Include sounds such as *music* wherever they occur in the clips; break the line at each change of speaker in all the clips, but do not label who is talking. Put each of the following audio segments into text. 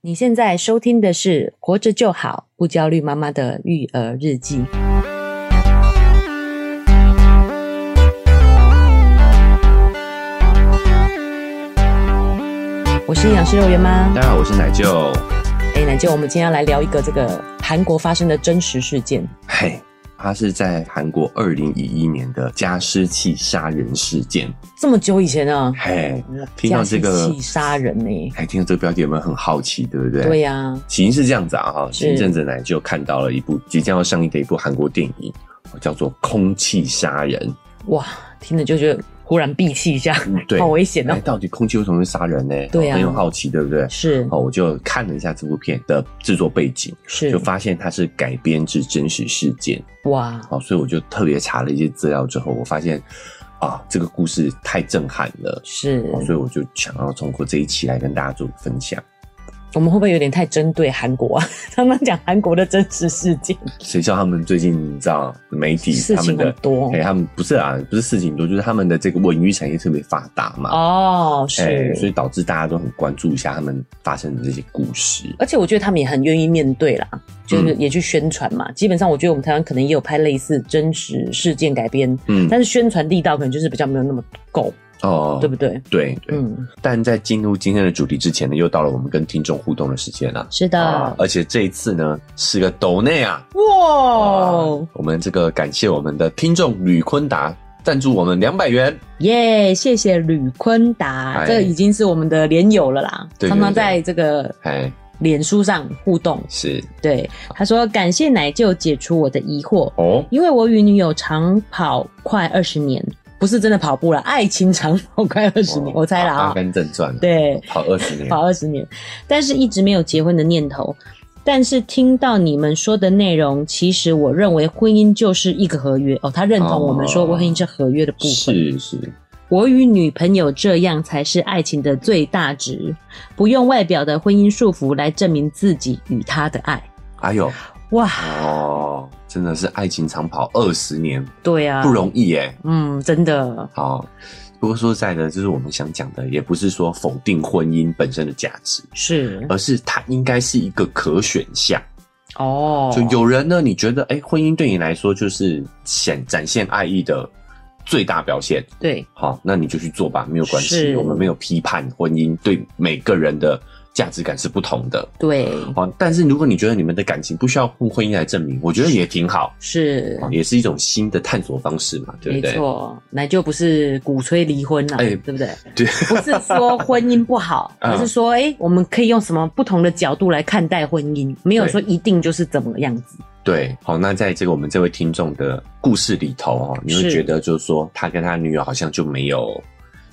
你现在收听的是《活着就好，不焦虑妈妈的育儿日记》。我是营养师肉圆妈
大。家好，我是奶舅。
哎，奶姐，我们今天要来聊一个这个韩国发生的真实事件。
嘿，他是在韩国二零一一年的加湿器杀人事件。
这么久以前呢、
嘿，
啊，
听到这个
气杀人呢、
哎，听到这个标题有没有很好奇，对不对？
对呀、
起因是这样子啊，哈，
是
前阵子奶舅看到了一部即将要上映的一部韩国电影，哦叫做《空气杀人》。
哇，听着就觉得忽然闭气一
*laughs*
下，
嗯，对，
好危险哦
哎，到底空气为什么会杀人呢？哦
对啊
很有好奇，对不对？
是
哦，我就看了一下这部片的制作背景，
是
就发现它是改编自真实事件。
哇，
好，哦所以我就特别查了一些资料之后，我发现啊，这个故事太震撼了，
是
好所以我就想要通过这一期来跟大家做分享。
我们会不会有点太针对韩国啊？ *laughs* 常常讲韩国的真实事件，
谁知道他们最近你知道媒体
事
他
情
们的
很多
哎、他们不是啊，不是事情多，就是他们的这个文娱产业特别发达嘛，
哦，是。
哎所以导致大家都很关注一下他们发生的这些故事。
而且我觉得他们也很愿意面对啦，
嗯
就是也去宣传嘛。基本上，我觉得我们台湾可能也有拍类似真实事件改编，
嗯，
但是宣传力道可能就是比较没有那么够，
哦，
对不对？
对对，
嗯，
但在进入今天的主题之前呢，又到了我们跟听众互动的时间了。
是的。
啊，而且这一次呢是个抖内啊，
哇
啊，我们这个感谢我们的听众吕坤达赞助我们两百元，
耶！谢谢吕坤达，
哎
这已经是我们的连友了啦，
对对
常常
对
在这个
哎，
脸书上互动。
是
对，他说感谢奶舅解除我的疑惑，
哦，
因为我与女友长跑快二十年，不是真的跑步了，爱情长跑快二十年，我猜啦
阿阿
啊、
甘正传，，
对，
跑
*laughs*
二十年，
跑二十年，但是一直没有结婚的念头。但是听到你们说的内容，其实我认为婚姻就是一个合约哦。他认同我们说
哦
婚姻是合约的部分。
是是，
我与女朋友这样才是爱情的最大值，不用外表的婚姻束缚来证明自己与他的爱。
哎呦，
哇，
哦，真的是爱情长跑二十年
对啊，
不容易耶，
嗯，真的
好。不过说实在的，就是我们想讲的，也不是说否定婚姻本身的价值，
是
而是它应该是一个可选项。
哦，
就有人呢，你觉得，哎、婚姻对你来说就是显展现爱意的最大表现，
对
好，那你就去做吧，没有关系。
是
我们没有批判婚姻对每个人的价值感是不同的。
对
好，但是如果你觉得你们的感情不需要用婚姻来证明，我觉得也挺好，
是
好也是一种新的探索方式嘛，对
没
不对？
错，奶舅不是鼓吹离婚啦、
哎
对不对？
对，
不是说婚姻不
*laughs*
好，
嗯
而是说，哎、我们可以用什么不同的角度来看待婚姻，没有
对
说一定就是怎么样子。
对，好，那在这个我们这位听众的故事里头哦，你会
是
觉得就是说，他跟他女友好像就没有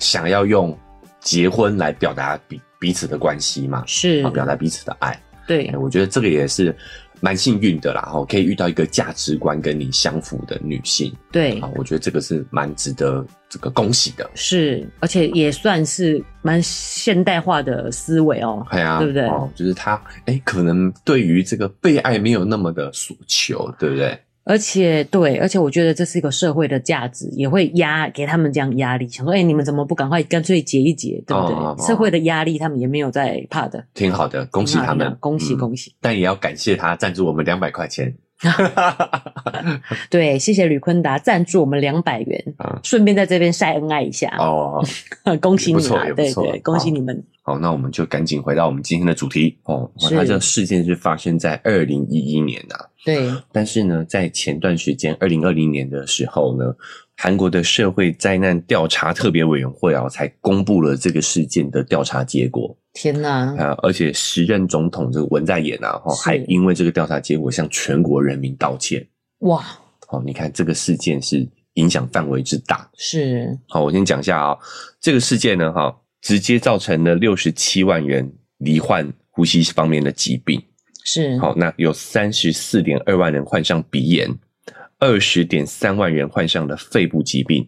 想要用结婚来表达彼彼此的关系嘛，
是
啊，，表达彼此的爱。
对
哎，我觉得这个也是蛮幸运的啦，哈，可以遇到一个价值观跟你相符的女性
对
啊，，我觉得这个是蛮值得这个恭喜的。
是，而且也算是蛮现代化的思维哦。
哎呀、
对不对
哦，就是她，哎、可能对于这个被爱没有那么的所求，对不对？
而且对，而且我觉得这是一个社会的价值，也会压给他们这样压力，想说，哎、你们怎么不赶快干脆结一结，对不对？
哦哦哦
社会的压力他们也没有在怕的，啊
挺好的，恭喜他们，嗯
恭喜
喜！
恭喜！
但也要感谢他赞助我们两百块钱。
对，谢谢吕坤达赞助我们两百元
啊，
顺便在这边晒恩爱一下，
哦，
*laughs* 恭喜你
也不
啦
错也！不
对
错哦
对，恭喜你们！
好，那我们就赶紧回到我们今天的主题哦。
*laughs* 是
它这个事件是发生在二零一一年啊呐、
对，
但是呢，在前段时间，二零二零年的时候呢，韩国的社会灾难调查特别委员会啊，才公布了这个事件的调查结果
天哪，
啊、而且时任总统这个文在寅啊，哈，
是
还因为这个调查结果向全国人民道歉。
哇，
哦，你看这个事件是影响范围之大。
是
好，我先讲一下啊、这个事件呢，哈、直接造成了六十七万人罹患呼吸方面的疾病。
是，
好，那有三十四点二万人患上鼻炎，二十点三万人患上了肺部疾病，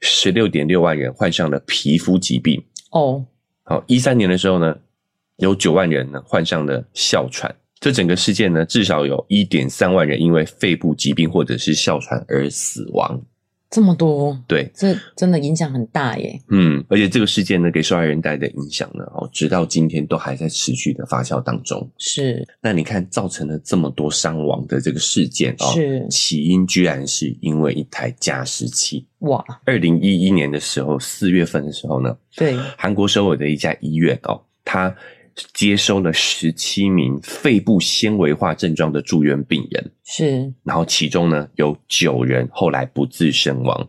十六点六万人患上了皮肤疾病。
哦，
好，一三年的时候呢，有九万人呢患上了哮喘。这整个事件呢，至少有一点三万人因为肺部疾病或者是哮喘而死亡。
这么多，
对，
这真的影响很大耶。
嗯，而且这个事件呢，给受害人带来的影响呢，哦，直到今天都还在持续的发酵当中。
是
那你看，造成了这么多伤亡的这个事件哦，
是
起因居然是因为一台加湿器。
哇，
二零一一年的时候，四月份的时候呢，
对，
韩国首尔的一家医院哦，它接收了十七名肺部纤维化症状的住院病人，
是
然后其中呢有九人后来不治身亡。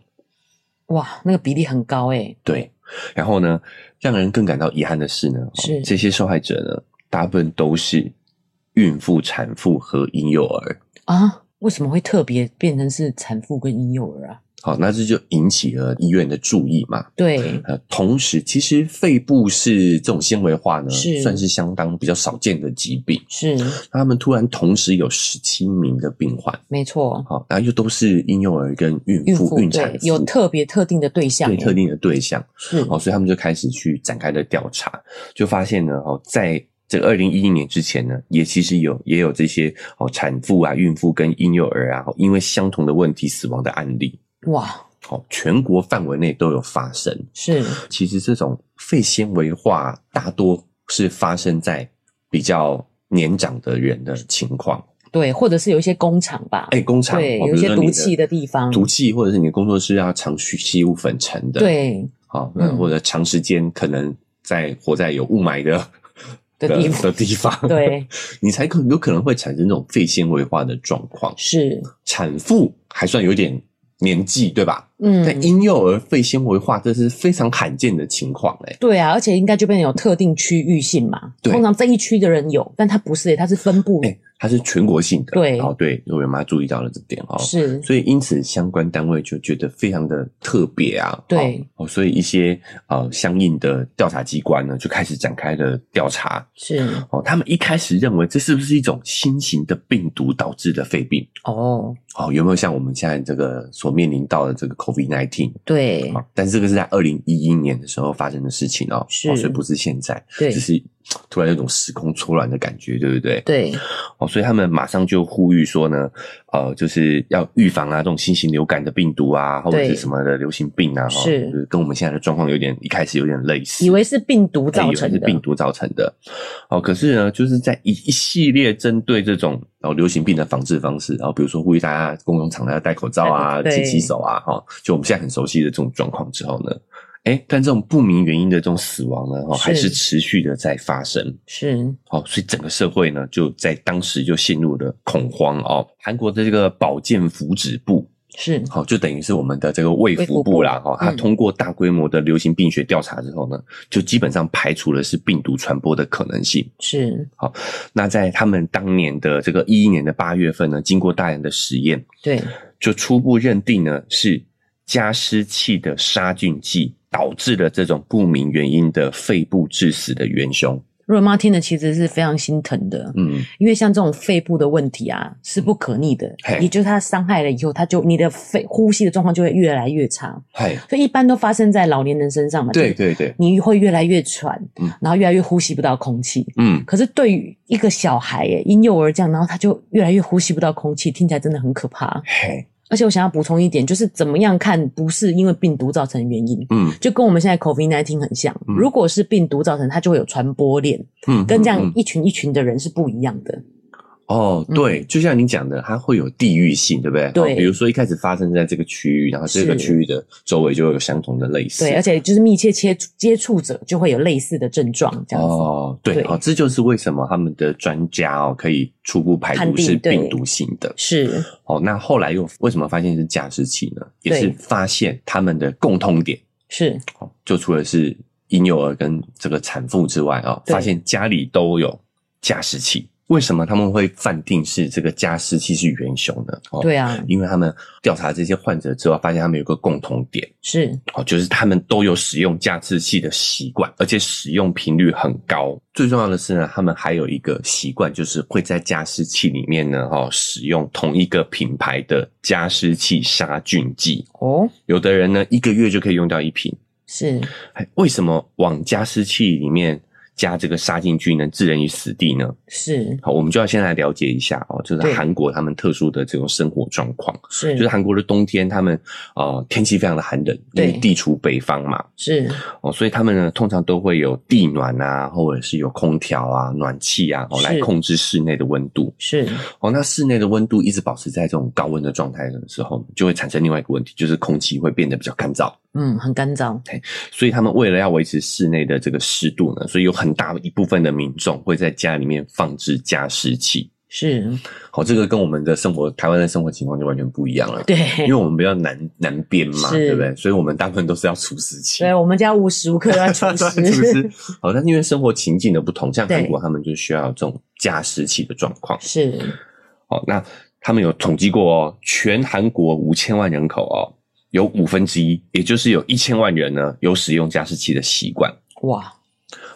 哇，那个比例很高哎。
对，然后呢，让人更感到遗憾的是呢，哦
是
这些受害者呢，大部分都是孕妇、产妇和婴幼儿。
啊，为什么会特别变成是产妇跟婴幼儿啊？
好，那这就引起了医院的注意嘛。
对，
*laughs* 呃，同时，其实肺部是这种纤维化呢，
是
算是相当比较少见的疾病。
是
那他们突然同时有十七名的病患，
没错，
好，然后又都是婴幼儿跟孕
孕
妇、
妇
孕产
对
妇
有特别特定的对象
对
耶，
特定的对象。
是
哦，所以他们就开始去展开了调查，就发现呢，哦，在这个二零一一年之前呢，也其实有也有这些哦产妇啊、孕妇跟婴幼儿啊，哦因为相同的问题死亡的案例，
哇，
哦，全国范围内都有发生。
是
其实这种肺纤维化大多是发生在比较年长的人的情况，
对，或者是有一些工厂吧，
哎，工厂
对
哦
有一
比如
些
说你
毒气的地方
毒气或者是你的工作室啊，常去吸污粉尘的，
对
好，那
嗯
或者长时间可能在活在有雾霾的
的地方
*laughs* 的地方，
对，
你才可有可能会产生这种肺纤维化的状况。
是，
产妇还算有点年纪，对吧？但
嗯，
婴幼儿肺纤维化这是非常罕见的情况、欸，
对啊，而且应该就变成有特定区域性嘛，
对
通常这一区的人有，但它不是耶，它是分布
哎、它是全国性的。
对
哦，对，我有妈注意到了这点哦。
是
所以，因此相关单位就觉得非常的特别啊，
对
哦，哦所以一些呃相应的调查机关呢，就开始展开了调查，
是
哦，他们一开始认为这是不是一种新型的病毒导致的肺病？
哦，
哦，有没有像我们现在这个所面临到的这个 COVID nineteen？
对
啊，但是这个是在二零一一年的时候发生的事情哦，
是
哦所以不是现在，
对
只是突然有种时空错乱的感觉，对不对？
对
哦，所以他们马上就呼吁说呢，呃，就是要预防啊这种新型流感的病毒啊，或者
对
是什么的流行病啊，哈
是
就是跟我们现在的状况有点一开始有点类似，
以为是病毒
以
造
为
成
是
的，
病毒造成的。哦，可是呢，就是在一一系列针对这种哦流行病的防治方式，然、后比如说呼吁大家公共场合要戴口罩啊、
戴口
勤洗
对
手啊，哈、哦，就我们现在很熟悉的这种状况之后呢，哎，但这种不明原因的这种死亡呢，哦，
是
还是持续的在发生。
是
哦，所以整个社会呢，就在当时就陷入了恐慌哦。韩国的这个保健福祉部，
是
好、就等于是我们的这个卫
卫
福
福
部
部
啦，哈、它
嗯
通过大规模的流行病学调查之后呢，就基本上排除了是病毒传播的可能性。
是，
那在他们当年的这个一一年的八月份呢，经过大量的实验，
对
就初步认定呢是加湿器的杀菌剂导致了这种不明原因的肺部致死的元凶。
瑞妈听了其实是非常心疼的，
嗯，
因为像这种肺部的问题啊是不可逆的
嘿，
也就是它伤害了以后，它就你的肺呼吸的状况就会越来越差，
嗨，
所以一般都发生在老年人身上嘛。
对
就是
对对，
你会越来越喘，
嗯
然后越来越呼吸不到空气。
嗯，
可是对于一个小孩耶，婴幼儿这样，然后他就越来越呼吸不到空气，听起来真的很可怕。
嘿，
而且我想要补充一点，就是怎么样看不是因为病毒造成的原因，
嗯
就跟我们现在 COVID 1 9很像。
嗯
如果是病毒造成，它就会有传播链，
嗯，
跟这样
嗯
一群一群的人是不一样的。
哦，
嗯
对，就像您讲的，它会有地域性，对不对？
对
哦比如说一开始发生在这个区域，然后这
是
个区域的周围就会有相同的类似。
对，而且就是密切接触接触者就会有类似的症状，这样子。
哦，对，
对
哦，这就是为什么他们的专家哦可以初步排
判
除
定
是
对
病毒性的。
是
哦，那后来又为什么发现是加湿器呢？也
对
是发现他们的共通点，
是，
哦，就除了是婴幼儿跟这个产妇之外哦，
对
发现家里都有加湿器。为什么他们会判定是这个加湿器是元凶呢？哦，
对啊，
因为他们调查这些患者之后，发现他们有个共同点
是
哦，就是他们都有使用加湿器的习惯，而且使用频率很高。最重要的是呢，他们还有一个习惯，就是会在加湿器里面呢，哦，使用同一个品牌的加湿器杀菌剂。
哦，
有的人呢，一个月就可以用掉一瓶。
是
哎为什么往加湿器里面加这个杀菌菌能置人于死地呢？
是
好，我们就要先来了解一下哦，就是
对嗯
韩国他们特殊的这种生活状况。
是
就是韩国的冬天，他们呃天气非常的寒冷，因为
对
地处北方嘛，
是
哦，所以他们呢通常都会有地暖啊，或者是有空调啊、暖气啊，哦
是
来控制室内的温度。
是
哦，那室内的温度一直保持在这种高温的状态的时候，就会产生另外一个问题，就是空气会变得比较干燥。
嗯，很干燥，
所以他们为了要维持室内的这个湿度呢，所以有很大一部分的民众会在家里面放置加湿器。
是
好、这个跟我们的生活台湾的生活情况就完全不一样了。
对，
哦因为我们比较南南边嘛，
是
对不对？所以我们大部分都是要除湿器。
对，我们家无时无刻都在
*laughs*
除湿，
湿。好，但是因为生活情境的不同，像
对
韩国他们就需要这种加湿器的状况。
是
好，那他们有统计过哦，全韩国五千万人口哦，有五分之一，也就是有一千万人呢有使用加湿器的习惯。
哇，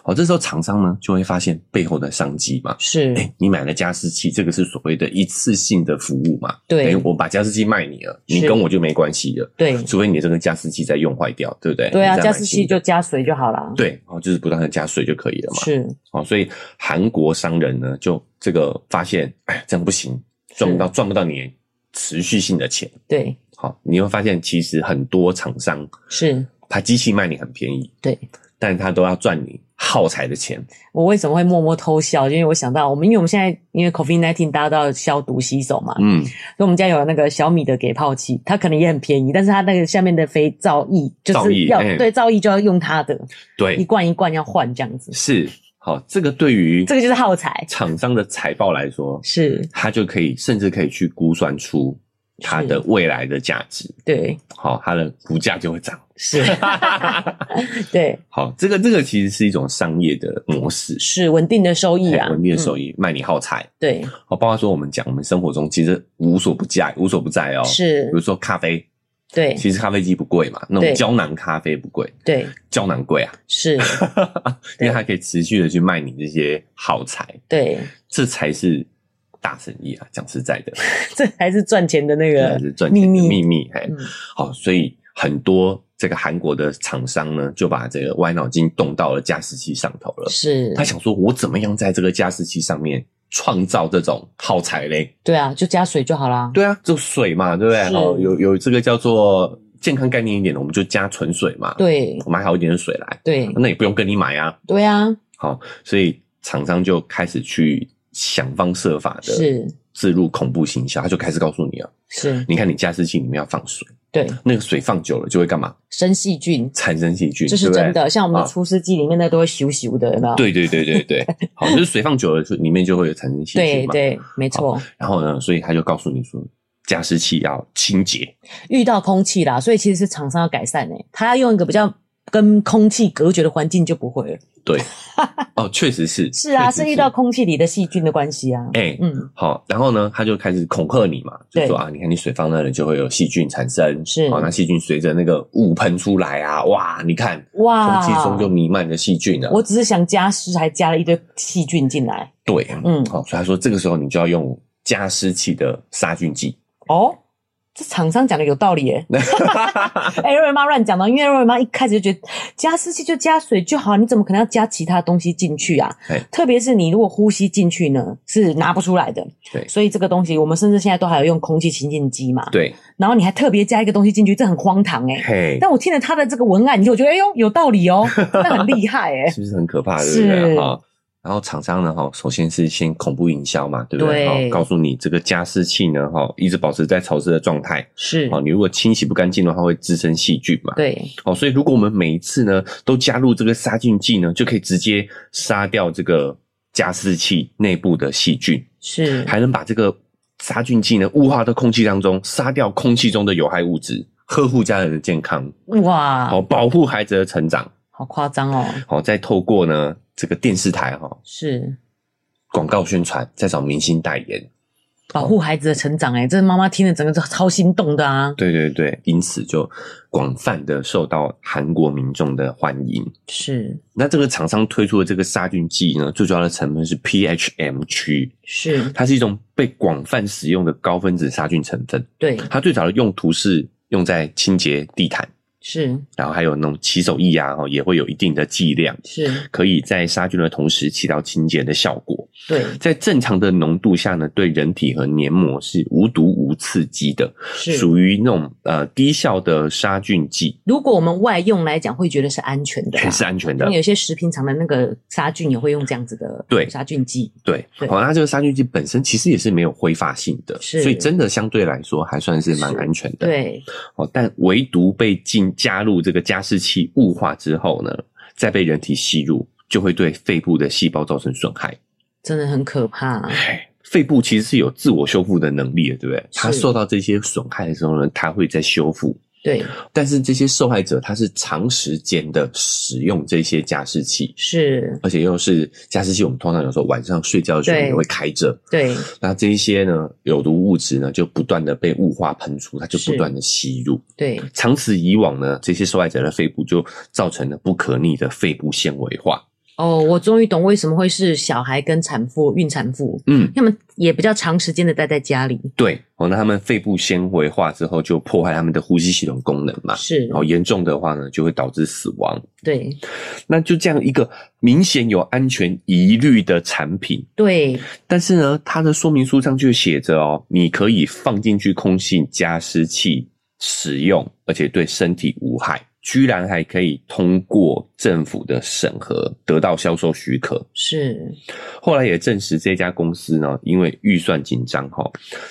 好，哦这时候厂商呢就会发现背后的商机嘛。
是
哎、你买了加湿器，这个是所谓的一次性的服务嘛？
对
等于哎我把加湿器卖你了，你
是
跟我就没关系了。
对
除非你这个加湿器再用坏掉，对不对？
对啊，
你再
加
买
湿
新
器
的
就加水就好啦。
对，哦，就是不断的加水就可以了嘛。
是
哦，所以韩国商人呢，就这个发现，哎，这样不行，赚不到赚不到你持续性的钱。
对
好、你会发现其实很多厂商，
是，
他机器卖你很便宜，
对
但他都要赚你耗材的钱。
我为什么会默默偷笑？因为我想到我们，因为我们现在因为 COVID nineteen 大家都要消毒洗手嘛，
嗯，
所以我们家有那个小米的给泡器，它可能也很便宜，但是它那个下面的肥皂液就
皂
是
液
要
哎
对皂液就要用它的，一
对，
罐一罐要换这样子，
是好、这个对于
这个就是耗材，
厂商的财报来说，
是
他就可以甚至可以去估算出它的未来的价值。
对
好、它的股价就会涨。 *laughs*
是，对
好，这个这个其实是一种商业的模式，
是稳定的收益啊，
哎稳定的收
益，
益，卖你耗材。
对
哦，包括说我们讲，我们生活中其实无所不在，无所不在哦。，
是
比如，说咖啡，
对
其实咖啡机不贵嘛，那
对
种胶囊咖啡不贵，
对
胶囊贵啊， *laughs*
是，
因为它可以持续的去卖你这些耗材，
对， *laughs*
这才是大生意啊！讲实在的，
这才是赚钱的那
这
个
才是赚
秘
钱的
密
秘密。哎
嗯，
好，所以很多这个韩国的厂商呢，就把这个歪脑筋动到了加湿器上头了。
是
他，想说，我怎么样在这个加湿器上面创造这种耗材嘞？
对啊，就加水就好啦，
对啊，就水嘛，对不对
是？
哦，有有这个叫做健康概念一点的，我们就加纯水嘛，，
对
买好一点的水来，
对
那也不用跟你买啊。
对啊，
好、所以厂商就开始去想方设法的
是
置入恐怖行销，他就开始告诉你啊，
是，
你看你加湿器里面要放水，
对，
那个水放久了就会干嘛？
生细菌，
产生细菌，
这是
对不对
真。的，像我们的
啊
除湿机里面那都会咻咻的，有没有？
对对对
*laughs*
对对，好，就是水放久了就里面就会有产生细菌
对
嘛。啊
对，没错，
然后呢，所以他就告诉你说，加湿器要清洁，
遇到空气啦，所以其实是厂商要改善诶、他要用一个比较跟空气隔绝的环境就不会了。
对，哦，确实是，
是啊，
确实
是遇到空气里的细菌的关系啊。
哎
嗯，
好，然后呢，他就开始恐吓你嘛，就
对
说啊，你看你水放那里就会有细菌产生，
是
好，那细菌随着那个雾喷出来啊，哇，你看空
哇，
气中就弥漫着细菌了，
啊我只是想加湿，还加了一堆细菌进来。
对，
嗯，
好，所以他说这个时候你就要用加湿器的杀菌剂，
哦，这厂商讲的有道理
*laughs*
耶、哎、瑞文妈乱讲的，因为瑞文妈一开始就觉得加湿器就加水就好，你怎么可能要加其他东西进去啊
哎？
特别是你如果呼吸进去呢，是拿不出来的。
对
所以这个东西我们甚至现在都还有用空气清净机嘛。
对，
然后你还特别加一个东西进去，这很荒唐哎、
嘿，
但我听了他的这个文案以后，我觉得哎呦有道理
*laughs*
哦，真的很厉害哎、
是不是很可怕？对不对？
是
哈。然后厂商呢，哈，首先是先恐怖营销嘛，对不对？
对
哈告诉你这个加湿器呢，哈，一直保持在潮湿的状态，
是
哦，你如果清洗不干净的话，会滋生细菌嘛。
对，
哦，所以如果我们每一次呢都加入这个杀菌剂呢，就可以直接杀掉这个加湿器内部的细菌，
是
还能把这个杀菌剂呢雾化到空气当中，杀掉空气中的有害物质，呵护家人的健康，
哇，
好、保护孩子的成长，
好夸张哦，
好、再透过呢这个电视台哈、哦
是
广告宣传，再找明星代言，
保护孩子的成长哎、这妈妈听了整个都超心动的啊，
对对对，因此就广泛的受到韩国民众的欢迎。
是
那这个厂商推出的这个杀菌剂呢，最主要的成分是 PHM 区，
是，
它是一种被广泛使用的高分子杀菌成分。
对
它最早的用途是用在清洁地毯，
是
然后还有那种洗手液啊，哦也会有一定的剂量，
是，
可以在杀菌的同时起到清洁的效果。
对，
在正常的浓度下呢，对人体和黏膜是无毒无刺激的，
是。
属于那种呃低效的杀菌剂，
如果我们外用来讲，会觉得是安全的啦，
还是安全
因
的
为。有些食品厂的那个杀菌也会用这样子的
对
杀菌剂，
对，
对
好、那这个杀菌剂本身其实也是没有挥发性的，
是
所以真的相对来说还算是蛮
是
安全的。，
对，
哦，但唯独被进加入这个加湿器雾化之后呢，再被人体吸入，就会对肺部的细胞造成损害。
真的很可怕。
唉肺部其实是有自我修复的能力的，对不对？它
哎是
受到这些损害的时候呢，它会再修复。
对，
但是这些受害者他是长时间的使用这些加湿器，
是，
而且又是加湿器，我们通常有时候晚上睡觉的时候
对
也会开着。
对，
那这一些呢有毒物质呢就不断的被雾化喷出，它就是不断的吸入。
对，
长此以往呢，这些受害者的肺部就造成了不可逆的肺部纤维化。
哦，我终于懂为什么会是小孩跟产妇、孕产妇，
嗯，
他们也比较长时间的待在家里，
对哦，那他们肺部纤维化之后就破坏他们的呼吸系统功能嘛，
是
然，后严重的话呢就会导致死亡。
对，
那就这样一个明显有安全疑虑的产品，
对，
但是呢，它的说明书上就写着哦，你可以放进去空气加湿器使用，而且对身体无害，居然还可以通过政府的审核得到销售许可。
是，
后来也证实这家公司呢，因为预算紧张哈、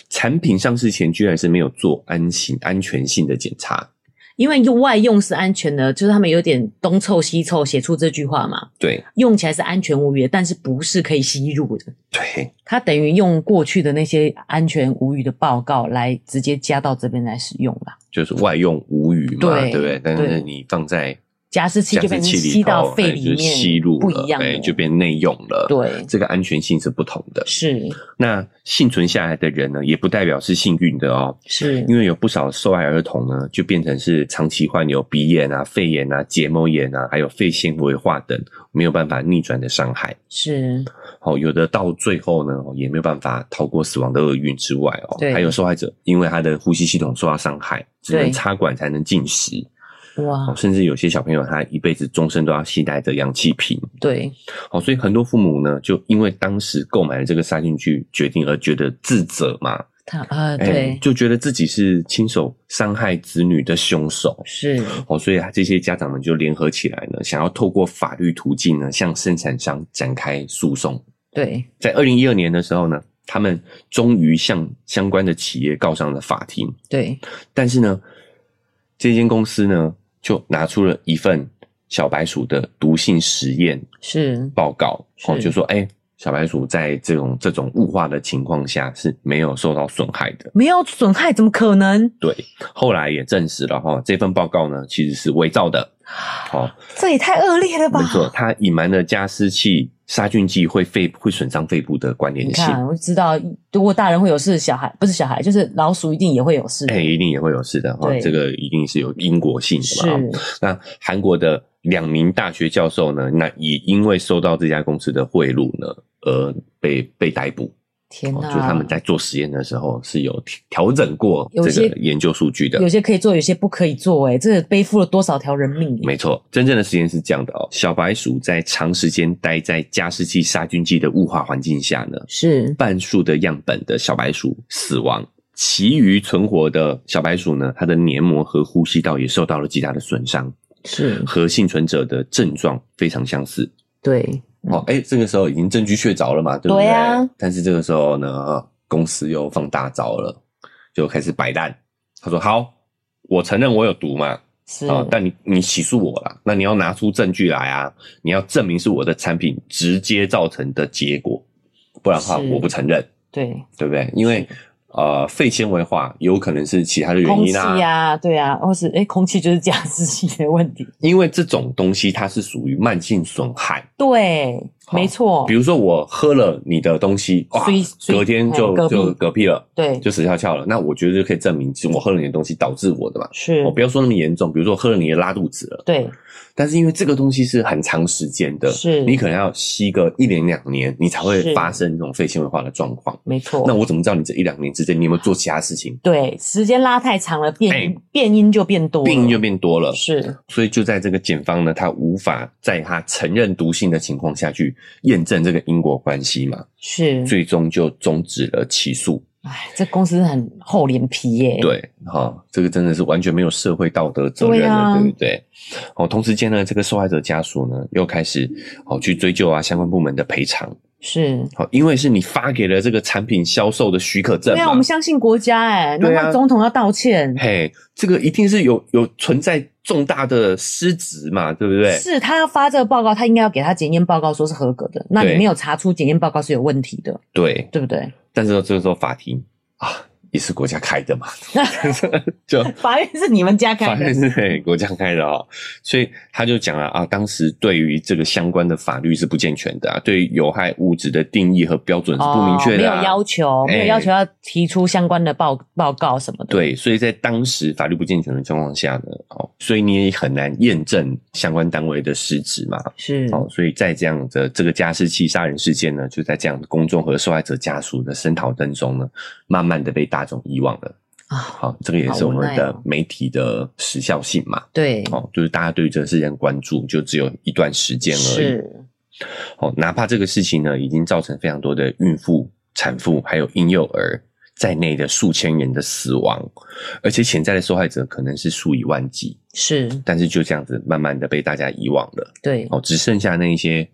产品上市前居然是没有做安行安全性的检查。
因为外用是安全的，就是他们有点东凑西凑写出这句话嘛，
对
用起来是安全无虞的，但是不是可以吸入的。
对，
它等于用过去的那些安全无虞的报告来直接加到这边来使用吧。
就是外用无语嘛，
对
对不对？但是
对
你放在
加湿器
加
就被
湿
你
器里
吸到
头
肺
哎
里
就
面，
吸入
不
了
一样
哎
的，
就变内用了。，
对，
这个安全性是不同的。
是
那幸存下来的人呢，也不代表是幸运的哦，
是
因为有不少受害儿童呢，就变成是长期患有鼻炎啊、肺炎啊、结膜炎啊，还有肺纤维化等没有办法逆转的伤害。
是，
哦，有的到最后呢，哦也没有办法逃过死亡的厄运之外哦
对，
还有受害者因为他的呼吸系统受到伤害，只
对
能插管才能进食。哦，
哇，
甚至有些小朋友他一辈子终身都要携带着氧气瓶。
对，
哦，所以很多父母呢，就因为当时购买了这个杀菌剧决定而觉得自责嘛，
它啊，
哎
对，
就觉得自己是亲手伤害子女的凶手。
是
哦，所以啊，这些家长们就联合起来呢，想要透过法律途径呢，向生产商展开诉讼。
对，
在二零一二年的时候呢，他们终于向相关的企业告上了法庭，
对，
但是呢，这间公司呢，就拿出了一份小白鼠的毒性实验
是
报告，哦，
是
就说哎、小白鼠在这种这种雾化的情况下是没有受到损害的。
没有损害，怎么可能？
对，后来也证实了哈、哦这份报告呢其实是伪造的。好、
这也太恶劣了吧
没！错，它隐瞒了加湿器杀菌剂会肺会损伤肺部的关联
你
性。
看，我就知道，如果大人会有事，小孩不是小孩，就是老鼠一定也会有事。
哎、一定也会有事的哈、
嗯对
这个一定是有因果性的嘛。
是
哦那韩国的两名大学教授呢，那也因为收到这家公司的贿赂呢，而被被逮捕。
天
哦，
哪，
就是他们在做实验的时候是有调整过
有
这
些
个研究数据的
有。些可以做，有些不可以做、哎，这背负了多少条人命？
没错，真正的实验是这样的哦，小白鼠在长时间待在加湿器杀菌剂的雾化环境下呢，
是
半数的样本的小白鼠死亡，其余存活的小白鼠呢，它的黏膜和呼吸道也受到了极大的损伤，
是，
和幸存者的症状非常相似。
对，
哦，哎，这个时候已经证据确凿了嘛，对不对？
嗯对啊
但是这个时候呢，公司又放大招了，就开始摆烂。他说：“好，我承认我有毒嘛，
是，
啊、但你你起诉我啦，那你要拿出证据来啊，你要证明是我的产品直接造成的结果，不然的话
是
我不承认，
对，
对不对？因为呃，肺纤维化有可能是其他的原
空
因
气
啦、
啊，对啊，或是哎、空气就是加湿器的问题，
因为这种东西它是属于慢性损害。
对，没错
比，如说我喝了你的东西，哇
所以，所以
隔天
哎
就
嗝屁
就嗝屁了，
对，
就死翘翘了。那我觉得就可以证明，是我喝了你的东西导致我的嘛。
是
我，不要说那么严重，比如说喝了你的拉肚子了，
对，
但是因为这个东西是很长时间的，
是
你可能要吸个一年两年，你才会
是
发生这种肺纤维化的状况。
没错。
那我怎么知道你这一两年之间你有没有做其他事情？
对，时间拉太长了，变、
哎
变音就变多了，
病就变多了，
是
所以就在这个检方呢，他无法在他承认毒性的情况下去验证这个因果关系嘛，
是，
最终就终止了起诉。
哎，这公司很厚脸皮耶，，
对，哈、这个真的是完全没有社会道德责任
对
了，
啊
对不对？哦，同时间呢，这个受害者家属呢又开始哦去追究啊相关部门的赔偿，
是。
好、因为是你发给了这个产品销售的许可证
对
嘛，
啊，我们相信国家哎，难
对啊
怪总统要道歉。
嘿，这个一定是有有存在重大的失职嘛，对不对？
是他要发这个报告，他应该要给他检验报告说是合格的。那你
对
没有查出检验报告是有问题的，
对，
对不对？
但是这个时候法庭啊，也是国家开
*laughs*
的嘛，就
法院是你们家开
法院
的，
是嘿国家开的哦，所以他就讲了啊，当时对于这个相关的法律是不健全的啊，对于有害物质的定义和标准是不明确
哦没
的、
有
啊
要求，没有
哎
要求要提出相关的报报告什么的。，
对，所以在当时法律不健全的状况下呢，哦，所以你也很难验证相关单位的失职嘛，
是
哦，所以在这样的这个加湿器杀人事件呢，就在这样的公众和受害者家属的声讨当中呢，慢慢的被大众遗忘了。
啊，
好，这个也
好
是我
无
们
奈
的
哦
媒体的时效性嘛。
对，
哦，就是大家对于这个事件关注，就只有一段时间而已。
是
哦，哪怕这个事情呢，已经造成非常多的孕妇、产妇还有婴幼儿在内的数千人的死亡，而且潜在的受害者可能是数以万计，
是，
但是就这样子慢慢的被大家遗忘了。
对，
哦，只剩下那一些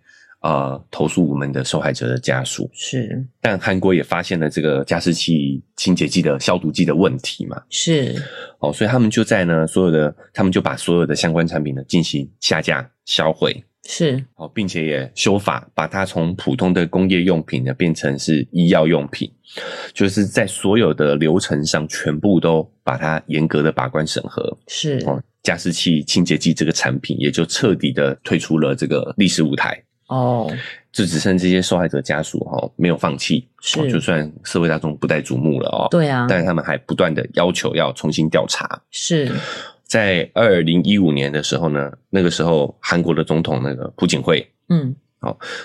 呃投诉无门的受害者的家属。
是
但韩国也发现了这个加湿器清洁剂的消毒剂的问题嘛，
是
哦，所以他们就在呢所有的，他们就把所有的相关产品呢进行下架、销毁，
是，
哦，并且也修法，把它从普通的工业用品呢变成是医药用品，就是在所有的流程上全部都把它严格的把关审核。
是
哦，加湿器清洁剂这个产品也就彻底的退出了这个历史舞台。
哦，
就只剩这些受害者家属哈、哦，没有放弃，
是
哦就算社会大众不再瞩目了哦，
对啊，
但是他们还不断的要求要重新调查，
是
在二零一五年的时候呢，那个时候韩国的总统那个朴槿惠，
嗯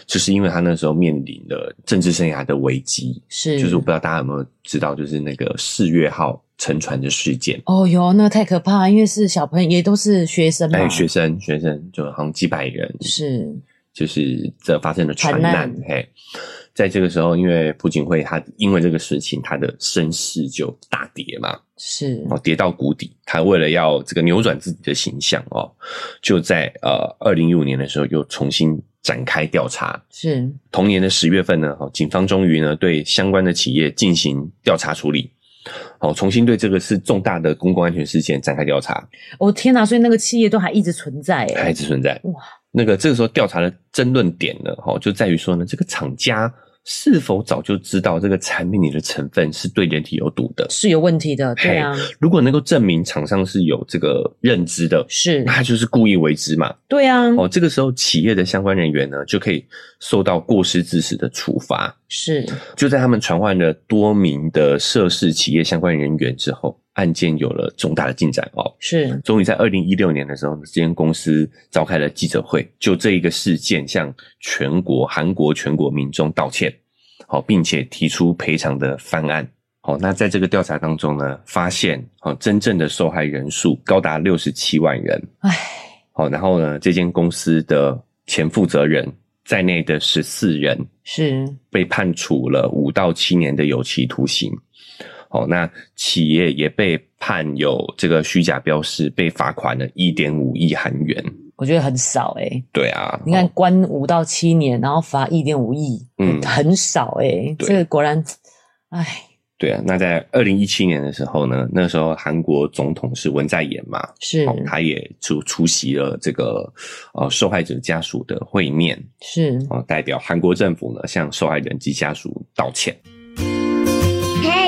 就是因为他那时候面临了政治生涯的危机，
是，
就是我不知道大家有没有知道，就是那个四月号沉船的事件。
哦哟，那个太可怕，因为是小朋友，也都是学生嘛，
哎，学生学生就好像几百人，
是
就是这发生了船
船
难
难。
嘿，在这个时候，因为朴槿惠她因为这个事情，她的身世就大跌嘛，
是
哦，跌到谷底。他为了要这个扭转自己的形象哦，就在呃二零一五年的时候又重新展开调查。
是
同年的十月份呢，哦，警方终于呢对相关的企业进行调查处理，哦，重新对这个是重大的公共安全事件展开调查，
哦天哪，所以那个企业都还一直存在哎
还，是存在。
哇，
那个这个时候调查的争论点呢，哦，就在于说呢，这个厂家是否早就知道这个产品里的成分是对人体有毒的？
是有问题的，对啊，
如果能够证明厂商是有这个认知的，
是
那，他就是故意为之嘛。
对啊，
哦，这个时候企业的相关人员呢，就可以受到过失致死的处罚。
是
就在他们传唤了多名的涉事企业相关人员之后，案件有了重大的进展哦。
是
终于在二零一六年的时候，这间公司召开了记者会，就这一个事件向全国韩国全国民众道歉，好、并且提出赔偿的方案。好、那在这个调查当中呢，发现好、真正的受害人数高达六十七万人。
唉
好，然后呢，这间公司的前负责人在内的十四人
是
被判处了五到七年的有期徒刑。好，那企业也被判有这个虚假标示，被罚款了一点五亿韩元。
我觉得很少哎、
对啊，
你看
哦，
关五到七年，然后罚一点五亿，
嗯
很少哎、
对
这个果然，唉，
对啊。那在二零一七年的时候呢，那时候韩国总统是文在寅嘛，
是
哦他也出出席了这个呃受害者家属的会面，呃
是
哦啊、代表韩国政府呢向受害人及家属道歉。
嗨，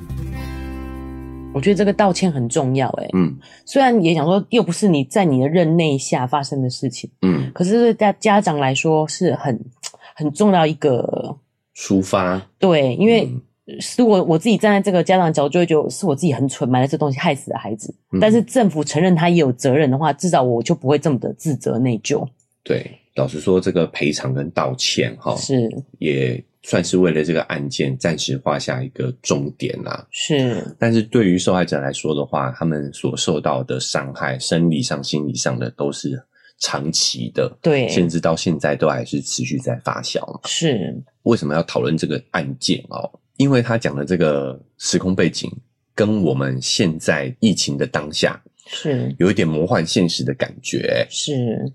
我觉得这个道歉很重要、欸，哎，
嗯
虽然也想说，又不是你在你的任内下发生的事情，
嗯，
可是对家家长来说是很很重要一个
抒发，
对，因为
嗯
如果我自己站在这个家长的角度，就会觉得是我自己很蠢，买了这东西害死了孩子。
嗯
但是政府承认他也有责任的话，至少我就不会这么的自责内疚。
对，老实说，这个赔偿跟道歉哈，
是
也算是为了这个案件暂时画下一个终点啦。
是，
但是对于受害者来说的话，他们所受到的伤害，生理上、心理上的都是长期的，
对
甚至到现在都还是持续在发酵嘛。
是，
为什么要讨论这个案件哦？因为他讲的这个时空背景，跟我们现在疫情的当下，
是，
有一点魔幻现实的感觉，
是，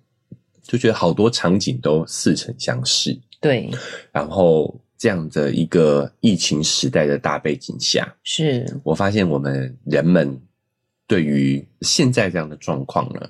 就觉得好多场景都似曾相识。
对，
然后这样的一个疫情时代的大背景下，
是，
我发现我们人们对于现在这样的状况呢，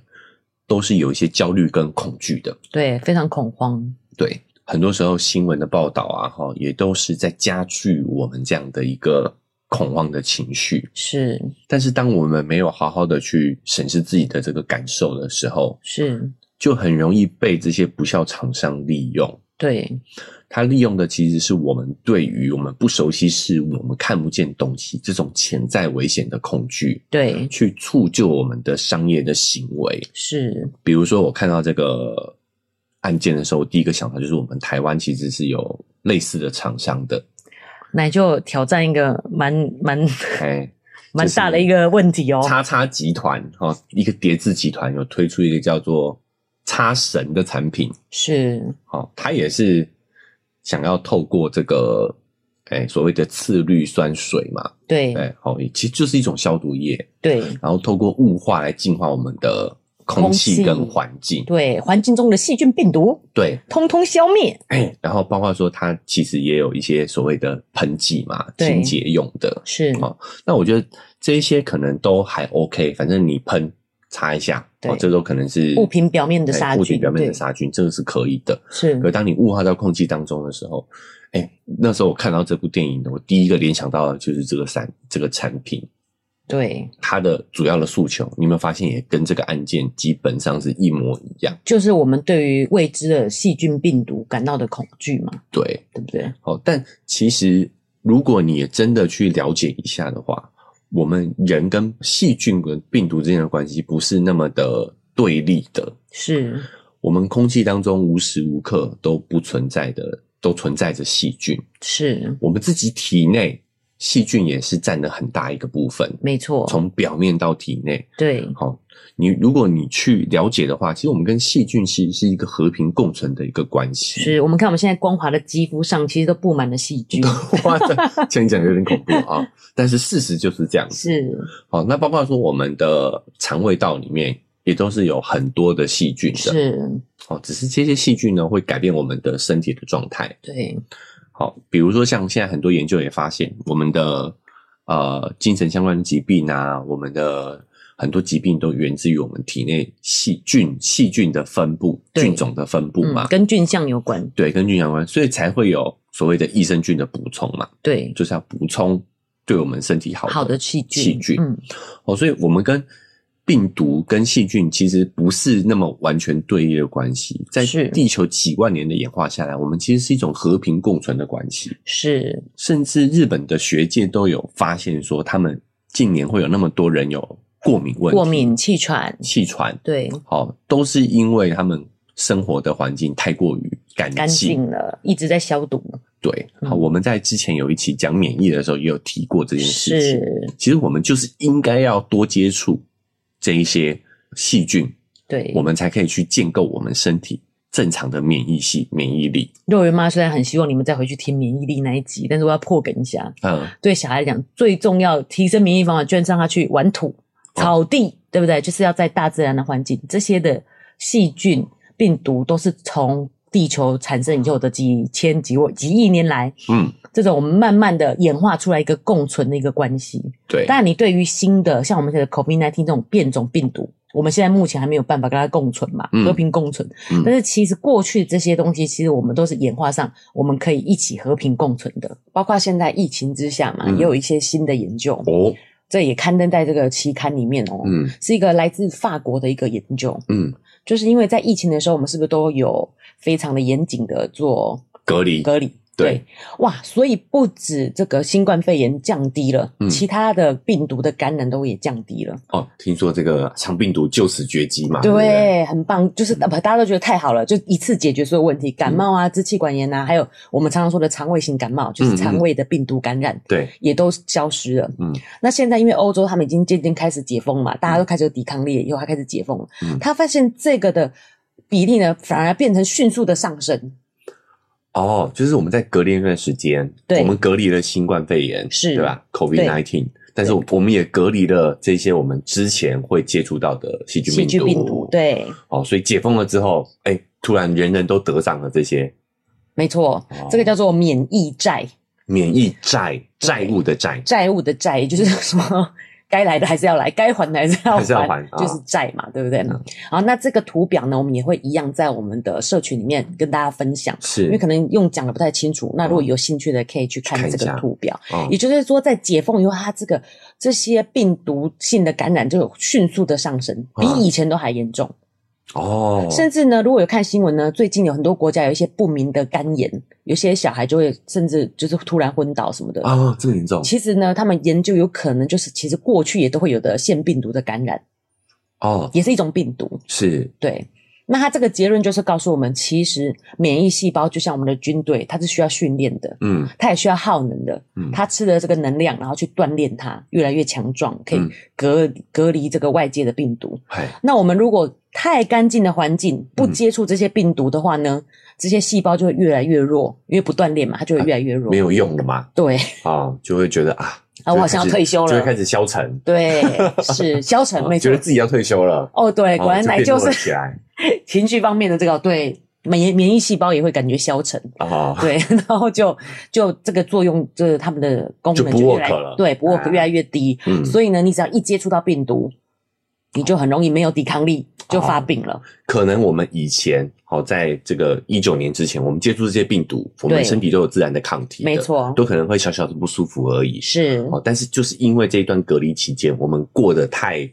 都是有一些焦虑跟恐惧的。
对，非常恐慌。
对，很多时候新闻的报道啊，哈，也都是在加剧我们这样的一个恐慌的情绪。
是，
但是，当我们没有好好的去审视自己的这个感受的时候，
是，
就很容易被这些不孝厂商利用。
对，
它利用的其实是我们对于我们不熟悉事物、我们看不见东西这种潜在危险的恐惧，
对，
去促就我们的商业的行为。
是，
比如说，我看到这个案件的时候，第一个想法就是我们台湾其实是有类似的厂商的，
那就挑战一个蛮
*laughs*
蛮
哎，
蛮大的
就是
一个问题哦。
叉叉集团哦，一个叠字集团有推出一个叫做叉神的产品，
是，
哦，它也是想要透过这个。哎，所谓的次氯酸水嘛，
对，
哎，好，其实就是一种消毒液，
对，
然后透过雾化来净化我们的空气跟环境。
对，环境中的细菌病毒
对，
通通消灭。
哎，然后包括说它其实也有一些所谓的喷剂嘛，
对
清洁用的。
是，
哦那我觉得这一些可能都还 OK，反正你喷擦一下，
对
哦，这都可能是
物品表面的
哎
杀
物品
菌
表面
对
的杀菌，这个是可以的。
是
可，当你雾化到空气当中的时候，哎，那时候我看到这部电影，我第一个联想到的就是这个产这个产品。
对，
他的主要的诉求，你有没有发现也跟这个案件基本上是一模一样？
就是我们对于未知的细菌病毒感到的恐惧嘛，
对，
对不对？
好，哦但其实如果你也真的去了解一下的话，我们人跟细菌跟病毒之间的关系不是那么的对立的。
是，
我们空气当中无时无刻都不存在的，都存在着细菌。
是，
我们自己体内细菌也是占了很大一个部分，
没错，
从表面到体内。
对，
好，你如果你去了解的话，其实我们跟细菌其实是一个和平共存的一个关系。 *laughs*
是我们看我们现在光滑的肌肤上，其实都布满了细菌。
哇，这这样讲有点恐怖啊，但是事实就是这样子。
是
好，那包括说我们的肠胃道里面也都是有很多的细菌的，
是，
哦，只是这些细菌呢会改变我们的身体的状态。
对，
好，比如说像现在很多研究也发现，我们的呃精神相关的疾病啊，我们的很多疾病都源自于我们体内细菌细菌的分布、
对
菌种的分布嘛，
嗯，跟菌相有关。
对，跟菌相关，所以才会有所谓的益生菌的补充嘛，
对，
就是要补充对我们身体好的
好的细菌，
细菌
嗯，
哦，所以我们跟病毒跟细菌其实不是那么完全对立的关系，在
是
地球几万年的演化下来，我们其实是一种和平共存的关系。
是，
甚至日本的学界都有发现说，他们近年会有那么多人有过敏问题、
过敏、气喘，
气喘，
对，
好、都是因为他们生活的环境太过于干净。
干净了，一直在消毒。
对，好、
嗯
我们在之前有一期讲免疫的时候也有提过这件事情。
是，
其实我们就是应该要多接触这一些细菌，
对，
我们才可以去建构我们身体正常的免疫系、免疫力。
肉圆妈虽然很希望你们再回去听免疫力那一集，但是我要破梗一下，
嗯，
对小孩来讲，最重要提升免疫方法，居然是让他去玩土，
哦
草地，对不对？就是要在大自然的环境，这些的细菌、病毒都是从地球产生以后的几千几万几亿年来，
嗯，
这种我们慢慢的演化出来一个共存的一个关系。
对，
但你对于新的像我们现在 COVID-19 这种变种病毒，我们现在目前还没有办法跟它共存嘛，
嗯
和平共存。
嗯
但是其实过去这些东西，其实我们都是演化上我们可以一起和平共存的。包括现在疫情之下嘛，
嗯
也有一些新的研究，
哦，
这也刊登在这个期刊里面哦。
嗯
是一个来自法国的一个研究，
嗯，
就是因为在疫情的时候，我们是不是都有非常的严谨的做
隔离，
隔离。
对
哇，所以不止这个新冠肺炎降低了，
嗯
其他的病毒的感染都也降低了。
哦，听说这个肠病毒就此绝迹嘛？对不啊对，嗯
对，很棒，就是呃不，大家都觉得太好了，就一次解决所有问题，感冒啊、支气管炎啊，还有我们常常说的肠胃型感冒，就是肠胃的病毒感染。
对，
也都消失了。
嗯，
那现在因为欧洲他们已经渐渐开始解封嘛，大家都开始有抵抗力，以后他开始解封了，
嗯
他发现这个的比例呢，反而变成迅速的上升。
哦，就是我们在隔离那段时间，
对
我们隔离了新冠肺炎，
是
对吧？COVID nineteen，但是我们也隔离了这些我们之前会接触到的细菌
细
病毒，
菌病毒，，对，
哦，所以解封了之后，哎，突然人人都得上了这些
没错，
哦
这个叫做免疫债，
免疫债
对
债务的债，
债务的债，也就是说。该来的还是要来，该还的还是要还，
嗯还是要还啊
就是债嘛，对不对
嗯？
好，那这个图表呢，我们也会一样在我们的社群里面跟大家分享，因为
是嗯
可能用讲的不太清楚。那如果有兴趣的，可以去看
看一
这
下
个图表。
哦
也就是说，在解封以后，它这个这些病毒性的感染就有迅速的上升，比
嗯
以前都还严重。
哦，
甚至呢，如果有看新闻呢，最近有很多国家有一些不明的肝炎，有些小孩就会甚至就是突然昏倒什么的。
啊，这么严重
其实呢，他们研究有可能就是，其实过去也都会有的腺病毒的感染，
哦，
也是一种病毒。
是
对，那他这个结论就是告诉我们，其实免疫细胞就像我们的军队，它是需要训练的，
嗯
它也需要耗能的。
嗯，
它吃了这个能量，然后去锻炼它，越来越强壮，可以
嗯
隔、隔离这个外界的病毒。
嗨
那我们如果太干净的环境，不
嗯
接触这些病毒的话呢，这些细胞就会越来越弱，因为不锻炼嘛，它就会越来越弱。
啊没有用了嘛，
对
啊，就会觉得啊，
啊，我好像要退休
就会
了
开。始消沉，
对，是消沉，
啊
没
觉
错
得。自己要退休了。
哦，对，果然
哦
奶就
就变弱了
是
起来
*laughs* 情绪方面的这个，对免免疫细胞也会感觉消沉，
啊， *laughs*
对，然后就就这个作用，就是它们的功能
就不
越来
work 了
对，不 work
啊
越来越低。
嗯
所以呢，你只要一接触到病毒，你就很容易没有抵抗力，
哦
就发病了。
可能我们以前好在这个一九年之前，我们接触这些病毒，我
对
们身体都有自然的抗体的，
没错
都可能会小小的不舒服而已。
是，
哦，但是就是因为这一段隔离期间，我们过得太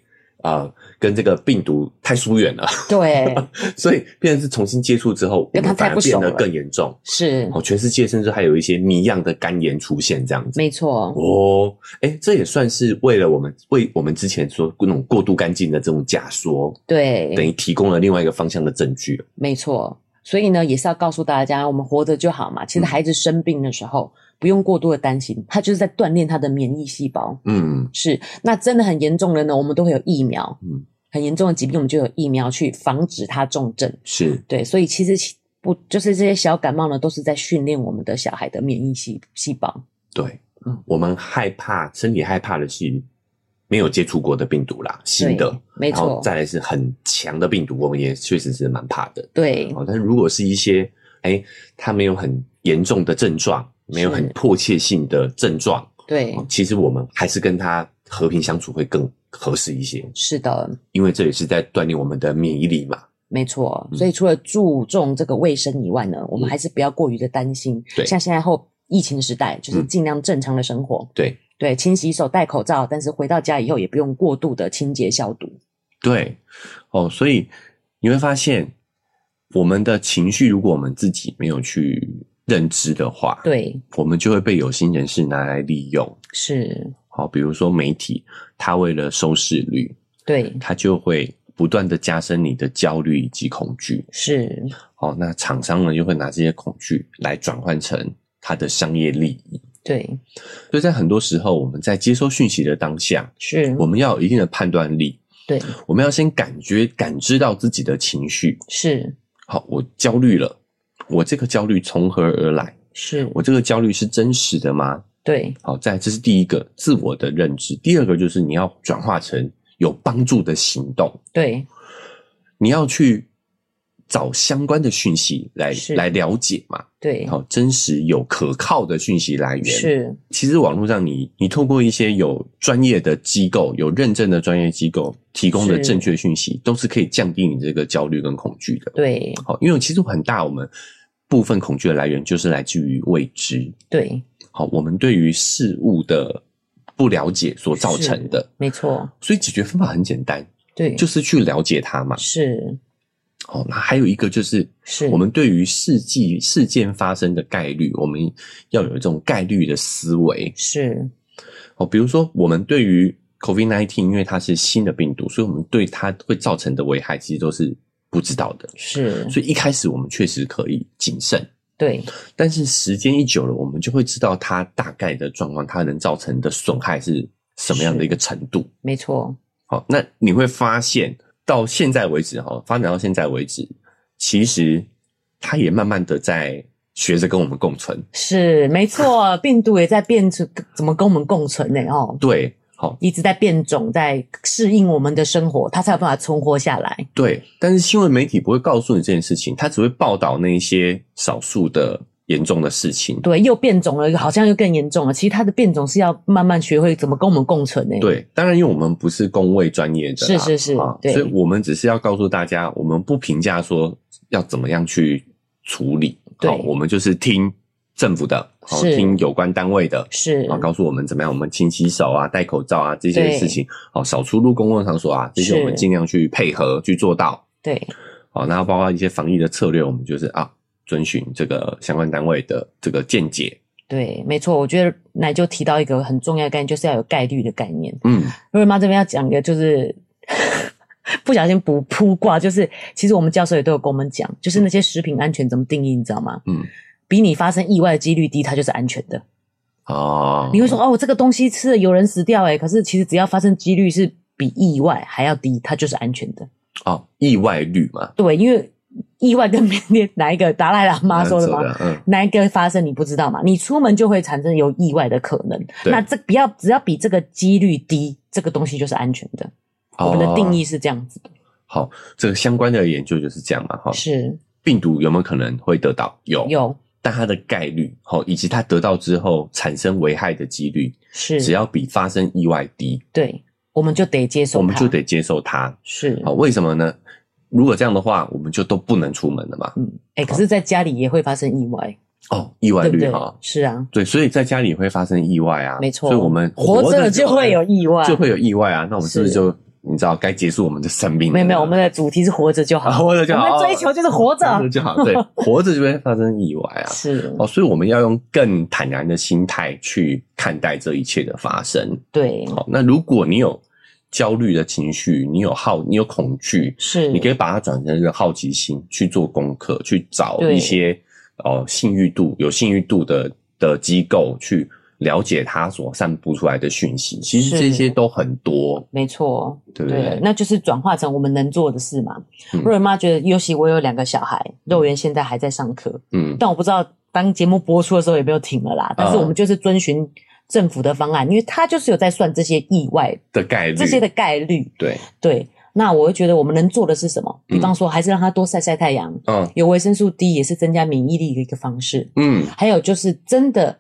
啊、呃跟这个病毒太疏远了， *laughs*
对，
所以变成是重新接触之后，我
跟它
们反
太
而
不熟
变得
了
更严重。
是
哦，全世界甚至还有一些谜样的肝炎出现这样子。
没错，
哦，哎，这也算是为了我们为我们之前说那种过度干净的这种假说，等
对，
于提供了另外一个方向的证据。
没错。所以呢，也是要告诉大家，我们活着就好嘛。其实
嗯
孩子生病的时候，不用过度的担心，他就是在锻炼他的免疫细胞。
嗯，
是，那真的很严重的呢，我们都会有疫苗。
嗯
很严重的疾病，我们就有疫苗去防止它重症。
是
对，所以其实其不就是这些小感冒呢，都是在训练我们的小孩的免疫细细胞。
对
嗯。
我们害怕，身体害怕的是没有接触过的病毒啦，新的
对，没
然后
错，
再来是很强的病毒，我们也确实是蛮怕的。
对，
哦，但是如果是一些哎，它没有很严重的症状，没有
是
很迫切性的症状，
对
哦，其实我们还是跟它和平相处会更合适一些，
是的，
因为这也是在锻炼我们的免疫力嘛。
没错。
嗯
所以除了注重这个卫生以外呢，我们
嗯
还是不要过于的担心。
对
像现在后疫情时代，就是
嗯
尽量正常的生活。
对
对，勤洗手、戴口罩，但是回到家以后也不用过度的清洁消毒。
对，哦，所以你会发现，我们的情绪如果我们自己没有去认知的话，
对，
我们就会被有心人士拿来利用。
是，
好，比如说媒体，它为了收视率，
对，
它就会不断的加深你的焦虑以及恐惧。
是，
哦，那厂商呢就会拿这些恐惧来转换成它的商业利益。
对，
所以在很多时候，我们在接收讯息的当下，
是，
我们要有一定的判断力，
对，
我们要先感觉感知到自己的情绪。
是，
好，我焦虑了，我这个焦虑从何而来？
是，
我这个焦虑是真实的吗？
对，
好，在这是第一个自我的认知，第二个就是你要转化成有帮助的行动，
对，
你要去找相关的讯息来
是
来了解嘛，
对，
好、真实有可靠的讯息来源。，
是，
其实网络上你你透过一些有专业的机构、有认证的专业机构提供的
是
正确讯息，都是可以降低你这个焦虑跟恐惧的。
对，
好，因为其实很大我们部分恐惧的来源就是来自于未知。
对，
好，我们对于事物的不了解所造成的，
没错，
所以解决方法很简单，
对，
就是去了解它嘛。
是
哦，那还有一个就是，
是，
我们对于事迹事件发生的概率，我们要有这种概率的思维。
是
哦，比如说我们对于 COVID nineteen，因为它是新的病毒，所以我们对它会造成的危害其实都是不知道的。
是，
所以一开始我们确实可以谨慎，
对，
但是时间一久了，我们就会知道它大概的状况，它能造成的损害是什么样的一个程度。
没错，
好，那你会发现到现在为止，哈，发展到现在为止，其实它也慢慢的在学着跟我们共存。
是没错，病毒也在变成怎么跟我们共存呢？哦，
对，好，
一直在变种，在适应我们的生活，它才有办法存活下来。
对，但是新闻媒体不会告诉你这件事情，它只会报道那一些少数的严重的事情。
对，又变种了，好像又更严重了。其实它的变种是要慢慢学会怎么跟我们共存呢？，
对，当然，因为我们不是工位专业的啦，
是是是
啊，
对
所以我们只是要告诉大家，我们不评价说要怎么样去处理，
对
好我们就是听政府的，好
是
听有关单位的。
是
啊，告诉我们怎么样，我们勤洗手啊，戴口罩啊，这些
对
事情，好，少出入公共场所啊，这些
是
我们尽量去配合去做到，
对，
好，然后包括一些防疫的策略，我们就是啊，遵循这个相关单位的这个见解，
对，没错。我觉得奶就提到一个很重要的概念，就是要有概率的概念。
嗯，
瑞妈这边要讲一个，就是 *laughs* 不小心不铺挂，就是其实我们教授也都有跟我们讲，就是那些食品安全怎么定义，你知道吗？
嗯，
比你发生意外的几率低，它就是安全的。
哦，
你会说哦，这个东西吃了有人死掉诶、欸可是其实只要发生几率是比意外还要低，它就是安全的。
哦，意外率嘛，
对，因为意外跟 *laughs* 哪一个达赖喇嘛说的
嗯
吗？
嗯，
哪一个发生你不知道嘛？你出门就会产生有意外的可能。
对
那这不要只要比这个几率低，这个东西就是安全的。我们的
哦
定义是这样子的，
好，这个相关的研究就是这样嘛，哈。
是
病毒有没有可能会得到？有，
有
但它的概率，好，以及它得到之后产生危害的几率，
是
只要比发生意外低，
对，我们就得接受它，
我们就得接受它。
是
好，为什么呢？如果这样的话，我们就都不能出门了嘛。
嗯，哎、可是在家里也会发生意外，
哦，意外
对不
率
对
哈？，
是啊，
对，所以在家里也会发生意外啊，
没错，
所以我们
活着就会有意外，
就会有意外啊。那我们是不是
是
就你知道该结束我们的生命了
没
呢？
有没有，我们的主题是活着就
*laughs* 啊
好，
活着就好，
我们追求就是活着
活着就好，
*laughs*
对，活着就会发生意外啊。
是
哦，所以我们要用更坦然的心态去看待这一切的发生。
对，
好、那如果你有焦虑的情绪，你有好，你有恐惧，
是，
你可以把它转成一个好奇心，去做功课，去找一些哦信誉度有信誉度的的机构去了解它所散布出来的讯息。其实
是
这些都很多，
没错，
对不对
那就是转化成我们能做的事嘛。
嗯
若元妈觉得，尤其我有两个小孩，肉圆现在还在上课，
嗯，啊
但我不知道当节目播出的时候有没有停了啦。但是我们就是遵循政府的方案，因为他就是有在算这些意外、
的概率，
这些的概率。
对，
对，那我会觉得我们能做的是什么？
嗯
比方说，还是让他多晒晒太阳，
嗯
有维生素 D 也是增加免疫力的一个方式。
嗯，
还有就是真的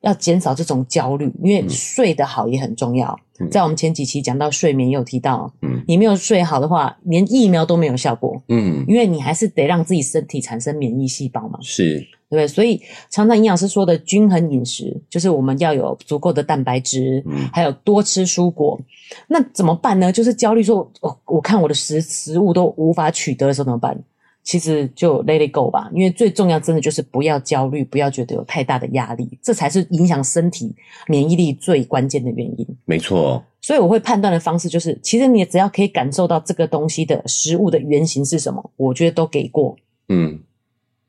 要减少这种焦虑，因为睡得好也很重要。
嗯
在我们前几期讲到睡眠，也有提到，
嗯
你没有睡好的话，连疫苗都没有效果，
嗯，
因为你还是得让自己身体产生免疫细胞嘛，
是，
对不对？所以常常营养师说的均衡饮食，就是我们要有足够的蛋白质。
嗯
还有多吃蔬果，那怎么办呢？就是焦虑说，我、我看我的食食物都无法取得的时候怎么办？其实就 let it go 吧，因为最重要真的就是不要焦虑，不要觉得有太大的压力，这才是影响身体免疫力最关键的原因。
没错，
所以我会判断的方式就是，其实你只要可以感受到这个东西的食物的原型是什么，我觉得都给过。
嗯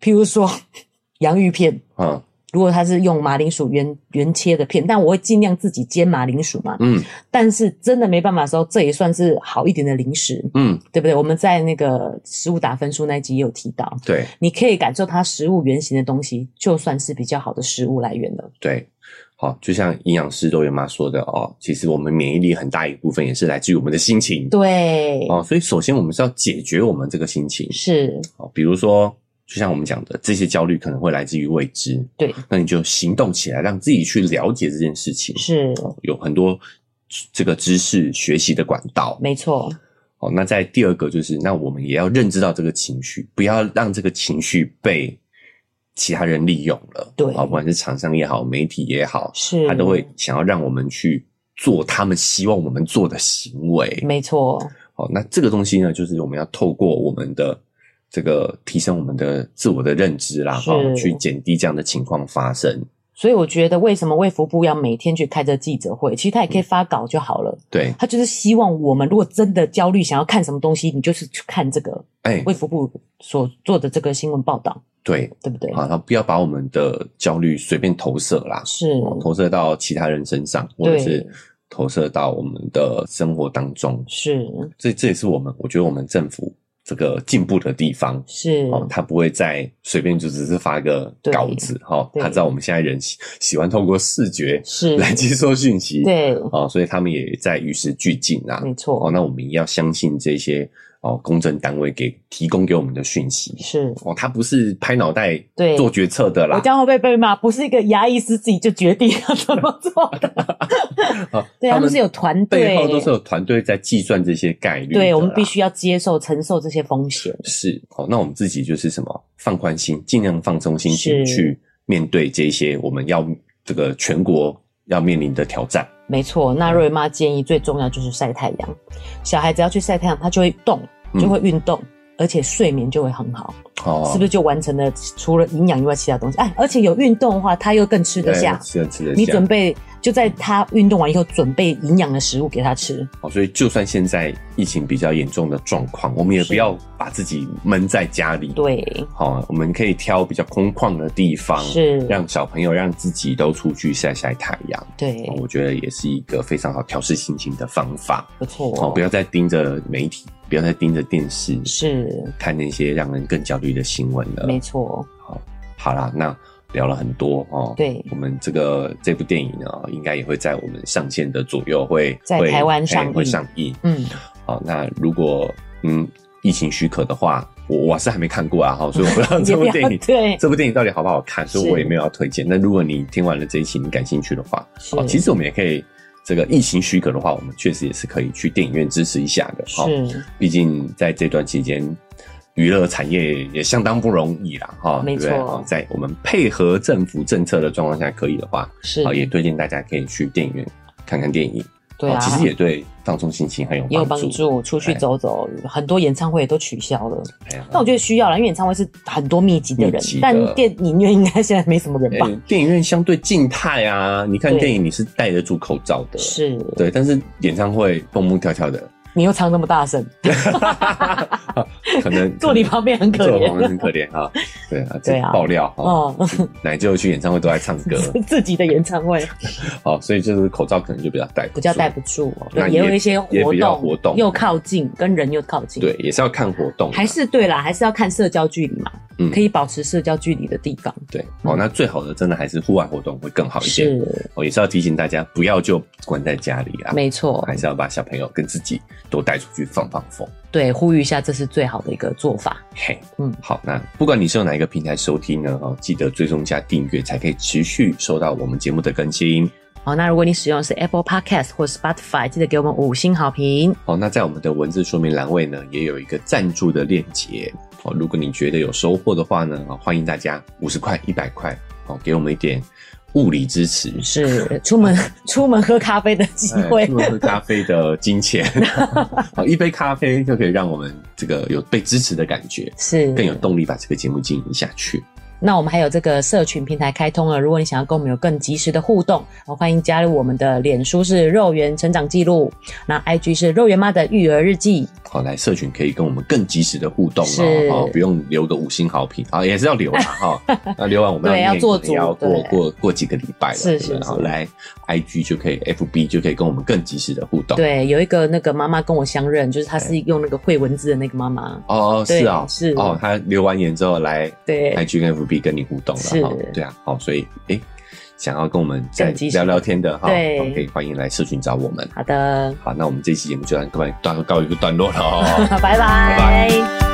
譬如说 *laughs* 洋芋片，
啊
如果它是用马铃薯原原切的片，但我会尽量自己煎马铃薯嘛。
嗯
但是真的没办法的时候，这也算是好一点的零食，
嗯，
对不对？我们在那个食物打分数那一集也有提到，
对
你可以感受它食物原型的东西，就算是比较好的食物来源了。
对，好，就像营养师肉圆妈说的哦，其实我们免疫力很大一部分也是来自于我们的心情。
对，
哦，所以首先我们是要解决我们这个心情。
是，
哦，比如说，就像我们讲的，这些焦虑可能会来自于未知，
对，
那你就行动起来，让自己去了解这件事情。
是，
哦，有很多这个知识学习的管道。
没错，
哦，那在第二个就是，那我们也要认知到这个情绪，不要让这个情绪被其他人利用了。
对
啊、不管是厂商也好，媒体也好，
是，
他都会，想要让我们去做他们希望我们做的行为。
没错，
哦，那这个东西呢，就是我们要透过我们的这个提升我们的自我的认知啦，
是
哦，去减低这样的情况发生。
所以我觉得为什么卫福部要每天去开这记者会，其实他也可以发稿就好了。
对，
他就是希望我们，如果真的焦虑，想要看什么东西，你就是去看这个
哎，
卫福部所做的这个新闻报道，
对，
对不对？
啊，然后不要把我们的焦虑随便投射啦，
是，
哦投射到其他人身上，或者是投射到我们的生活当中。
是，
这这也是我们，我觉得我们政府这个进步的地方。
是，
哦，他不会再随便就只是发个
嗯对
稿子哈、哦，
对
他知道我们现在人喜喜欢透过视觉
是，
来接收讯息，
对，
哦，所以他们也在与时俱进啊。
没
哦，
错，
那我们也要相信这些哦公证单位给提供给我们的讯息。
是。
哦，他不是拍脑袋
对
做决策的
我
啦
这，样会不会被骂？不是一个牙医师自己就决定要怎么做
*laughs*
的，
哦
对，他们是有团队，
背后都是有团队在计算这些概率的啦。
对，我们必须要接受、承受这些风险。
是哦。那我们自己就是什么放宽心，尽量放松心情
是
去面对这些我们要这个全国要面临的挑战。
没错，那瑞妈建议最重要就是晒太阳，小孩子要去晒太阳，他就会动，
嗯
就会运动。而且睡眠就会很好，
哦，
是不是就完成了除了营养以外其他东西？哎，而且有运动的话，他又更吃得
对
下。
吃得吃得下。
你准备就在他运动完以后，准备营养的食物给他吃。
哦，所以就算现在疫情比较严重的状况，我们也
是
不要把自己闷在家里。，
对，
好、我们可以挑比较空旷的地方，
是，
让小朋友、让自己都出去晒晒太阳。
对
哦，我觉得也是一个非常好调试心情的方法。
不错
哦，不要再盯着媒体，不要再盯着电视，
是
看那些让人更焦虑的新闻了。
没错，
好啦，那聊了很多哦。
对
我们这个这部电影呢，应该也会在我们上线的左右会
在
会
台湾
哎
上
会
映
上映。
嗯，
好，那如果嗯疫情许可的话，我我是还没看过啊，哈，所以我不
*laughs*
知道 *laughs* 这
也不
部
要
电影
对，
这部电影到底好不好看，所以
是
我也没有要推荐。那如果你听完了这一期你感兴趣的话，
是
哦，其实我们也可以。这个疫情许可的话，我们确实也是可以去电影院支持一下的。哦
是
毕竟在这段期间，娱乐产业也相当不容易啦，哈、
没错
对不对哦在我们配合政府政策的状况下，可以的话，
是
啊、，也推荐大家可以去电影院看看电影。
对
哦
啊，
其实也对放松心情很有
也有帮助，出去
哎
走走，很多演唱会也都取消了。
哎呀
但我觉得需要啦，因为演唱会是很多密集的
密
人
集，的
但电影院应该现在没什么人吧？
哎电影院相对静态啊，你看
对
电影你是戴得住口罩的，
是，
对，但是演唱会蹦蹦跳跳的，
*laughs* 你又唱那么大声，
可能
坐你旁边很可
坐我旁边
怜。
很可怜啊，对啊，
*laughs* 对啊
这爆料哦
哦，
奶舅去演唱会都在唱
*laughs*
歌，
自己的演唱会
好，所以就是口罩可能就比较戴不
*laughs*
住
比较戴不住
哦，那
对，
也
也有一些
也
活
比较
动，
活动
又靠近，跟人又靠近，
对，，也是要看活动啊，
还是对啦，还是要看社交距离嘛
嗯，
可以保持社交距离的地方
对哦。那最好的真的还是户外活动会更好一点。
嗯
哦
是
我、也是要提醒大家，不要就关在家里啊，
没错，
还是要把小朋友跟自己都带出去放放风。
对，呼吁一下，这是最好的一个做法。
嘿，嗯
嗯，
好，那不管你是用哪一个平台收听呢，哦，记得追踪加订阅，才可以持续收到我们节目的更新。
好，那如果你使用的是 Apple Podcast 或 Spotify，记得给我们五星好评。
哦，那在我们的文字说明栏位呢，也有一个赞助的链接。哦，如果你觉得有收获的话呢，哦欢迎大家五十块、一百块，哦，给我们一点物理支持，
是出门 *laughs* 出门喝咖啡的机
哎
会
出，门喝咖啡的金钱，哦，一杯咖啡就可以让我们这个有被支持的感觉，
是
更有动力把这个节目经营下去。
那我们还有这个社群平台开通了，如果你想要跟我们有更及时的互动，哦欢迎加入我们的脸书是肉圆成长记录，那 IG 是肉圆妈的育儿日记。
好、来社群可以跟我们更及时的互动
是
哦，哦，不用留个五星好评啊、也是要留啦
*laughs*
哈、那留完我们
对
要
要
念
做
可能
足
要过
对
过过几个礼拜了，
是
对不对
是
好
是
来 IG 就可以，FB 就可以跟我们更及时的互动。
对，有一个那个妈妈跟我相认，就是她是用那个会文字的那个妈妈，
哦，是啊、哦，
对是
哦，他留完言之后来
对，
IG 跟 FB 跟你互动了
是
哈、对啊，好、所以诶，想要跟我们再
有机会
聊聊天的哈，
对
都可以欢迎来社群找我们。
好的， *laughs*
好，那我们这期节目就到告一告一个段落了哦。
拜拜。
拜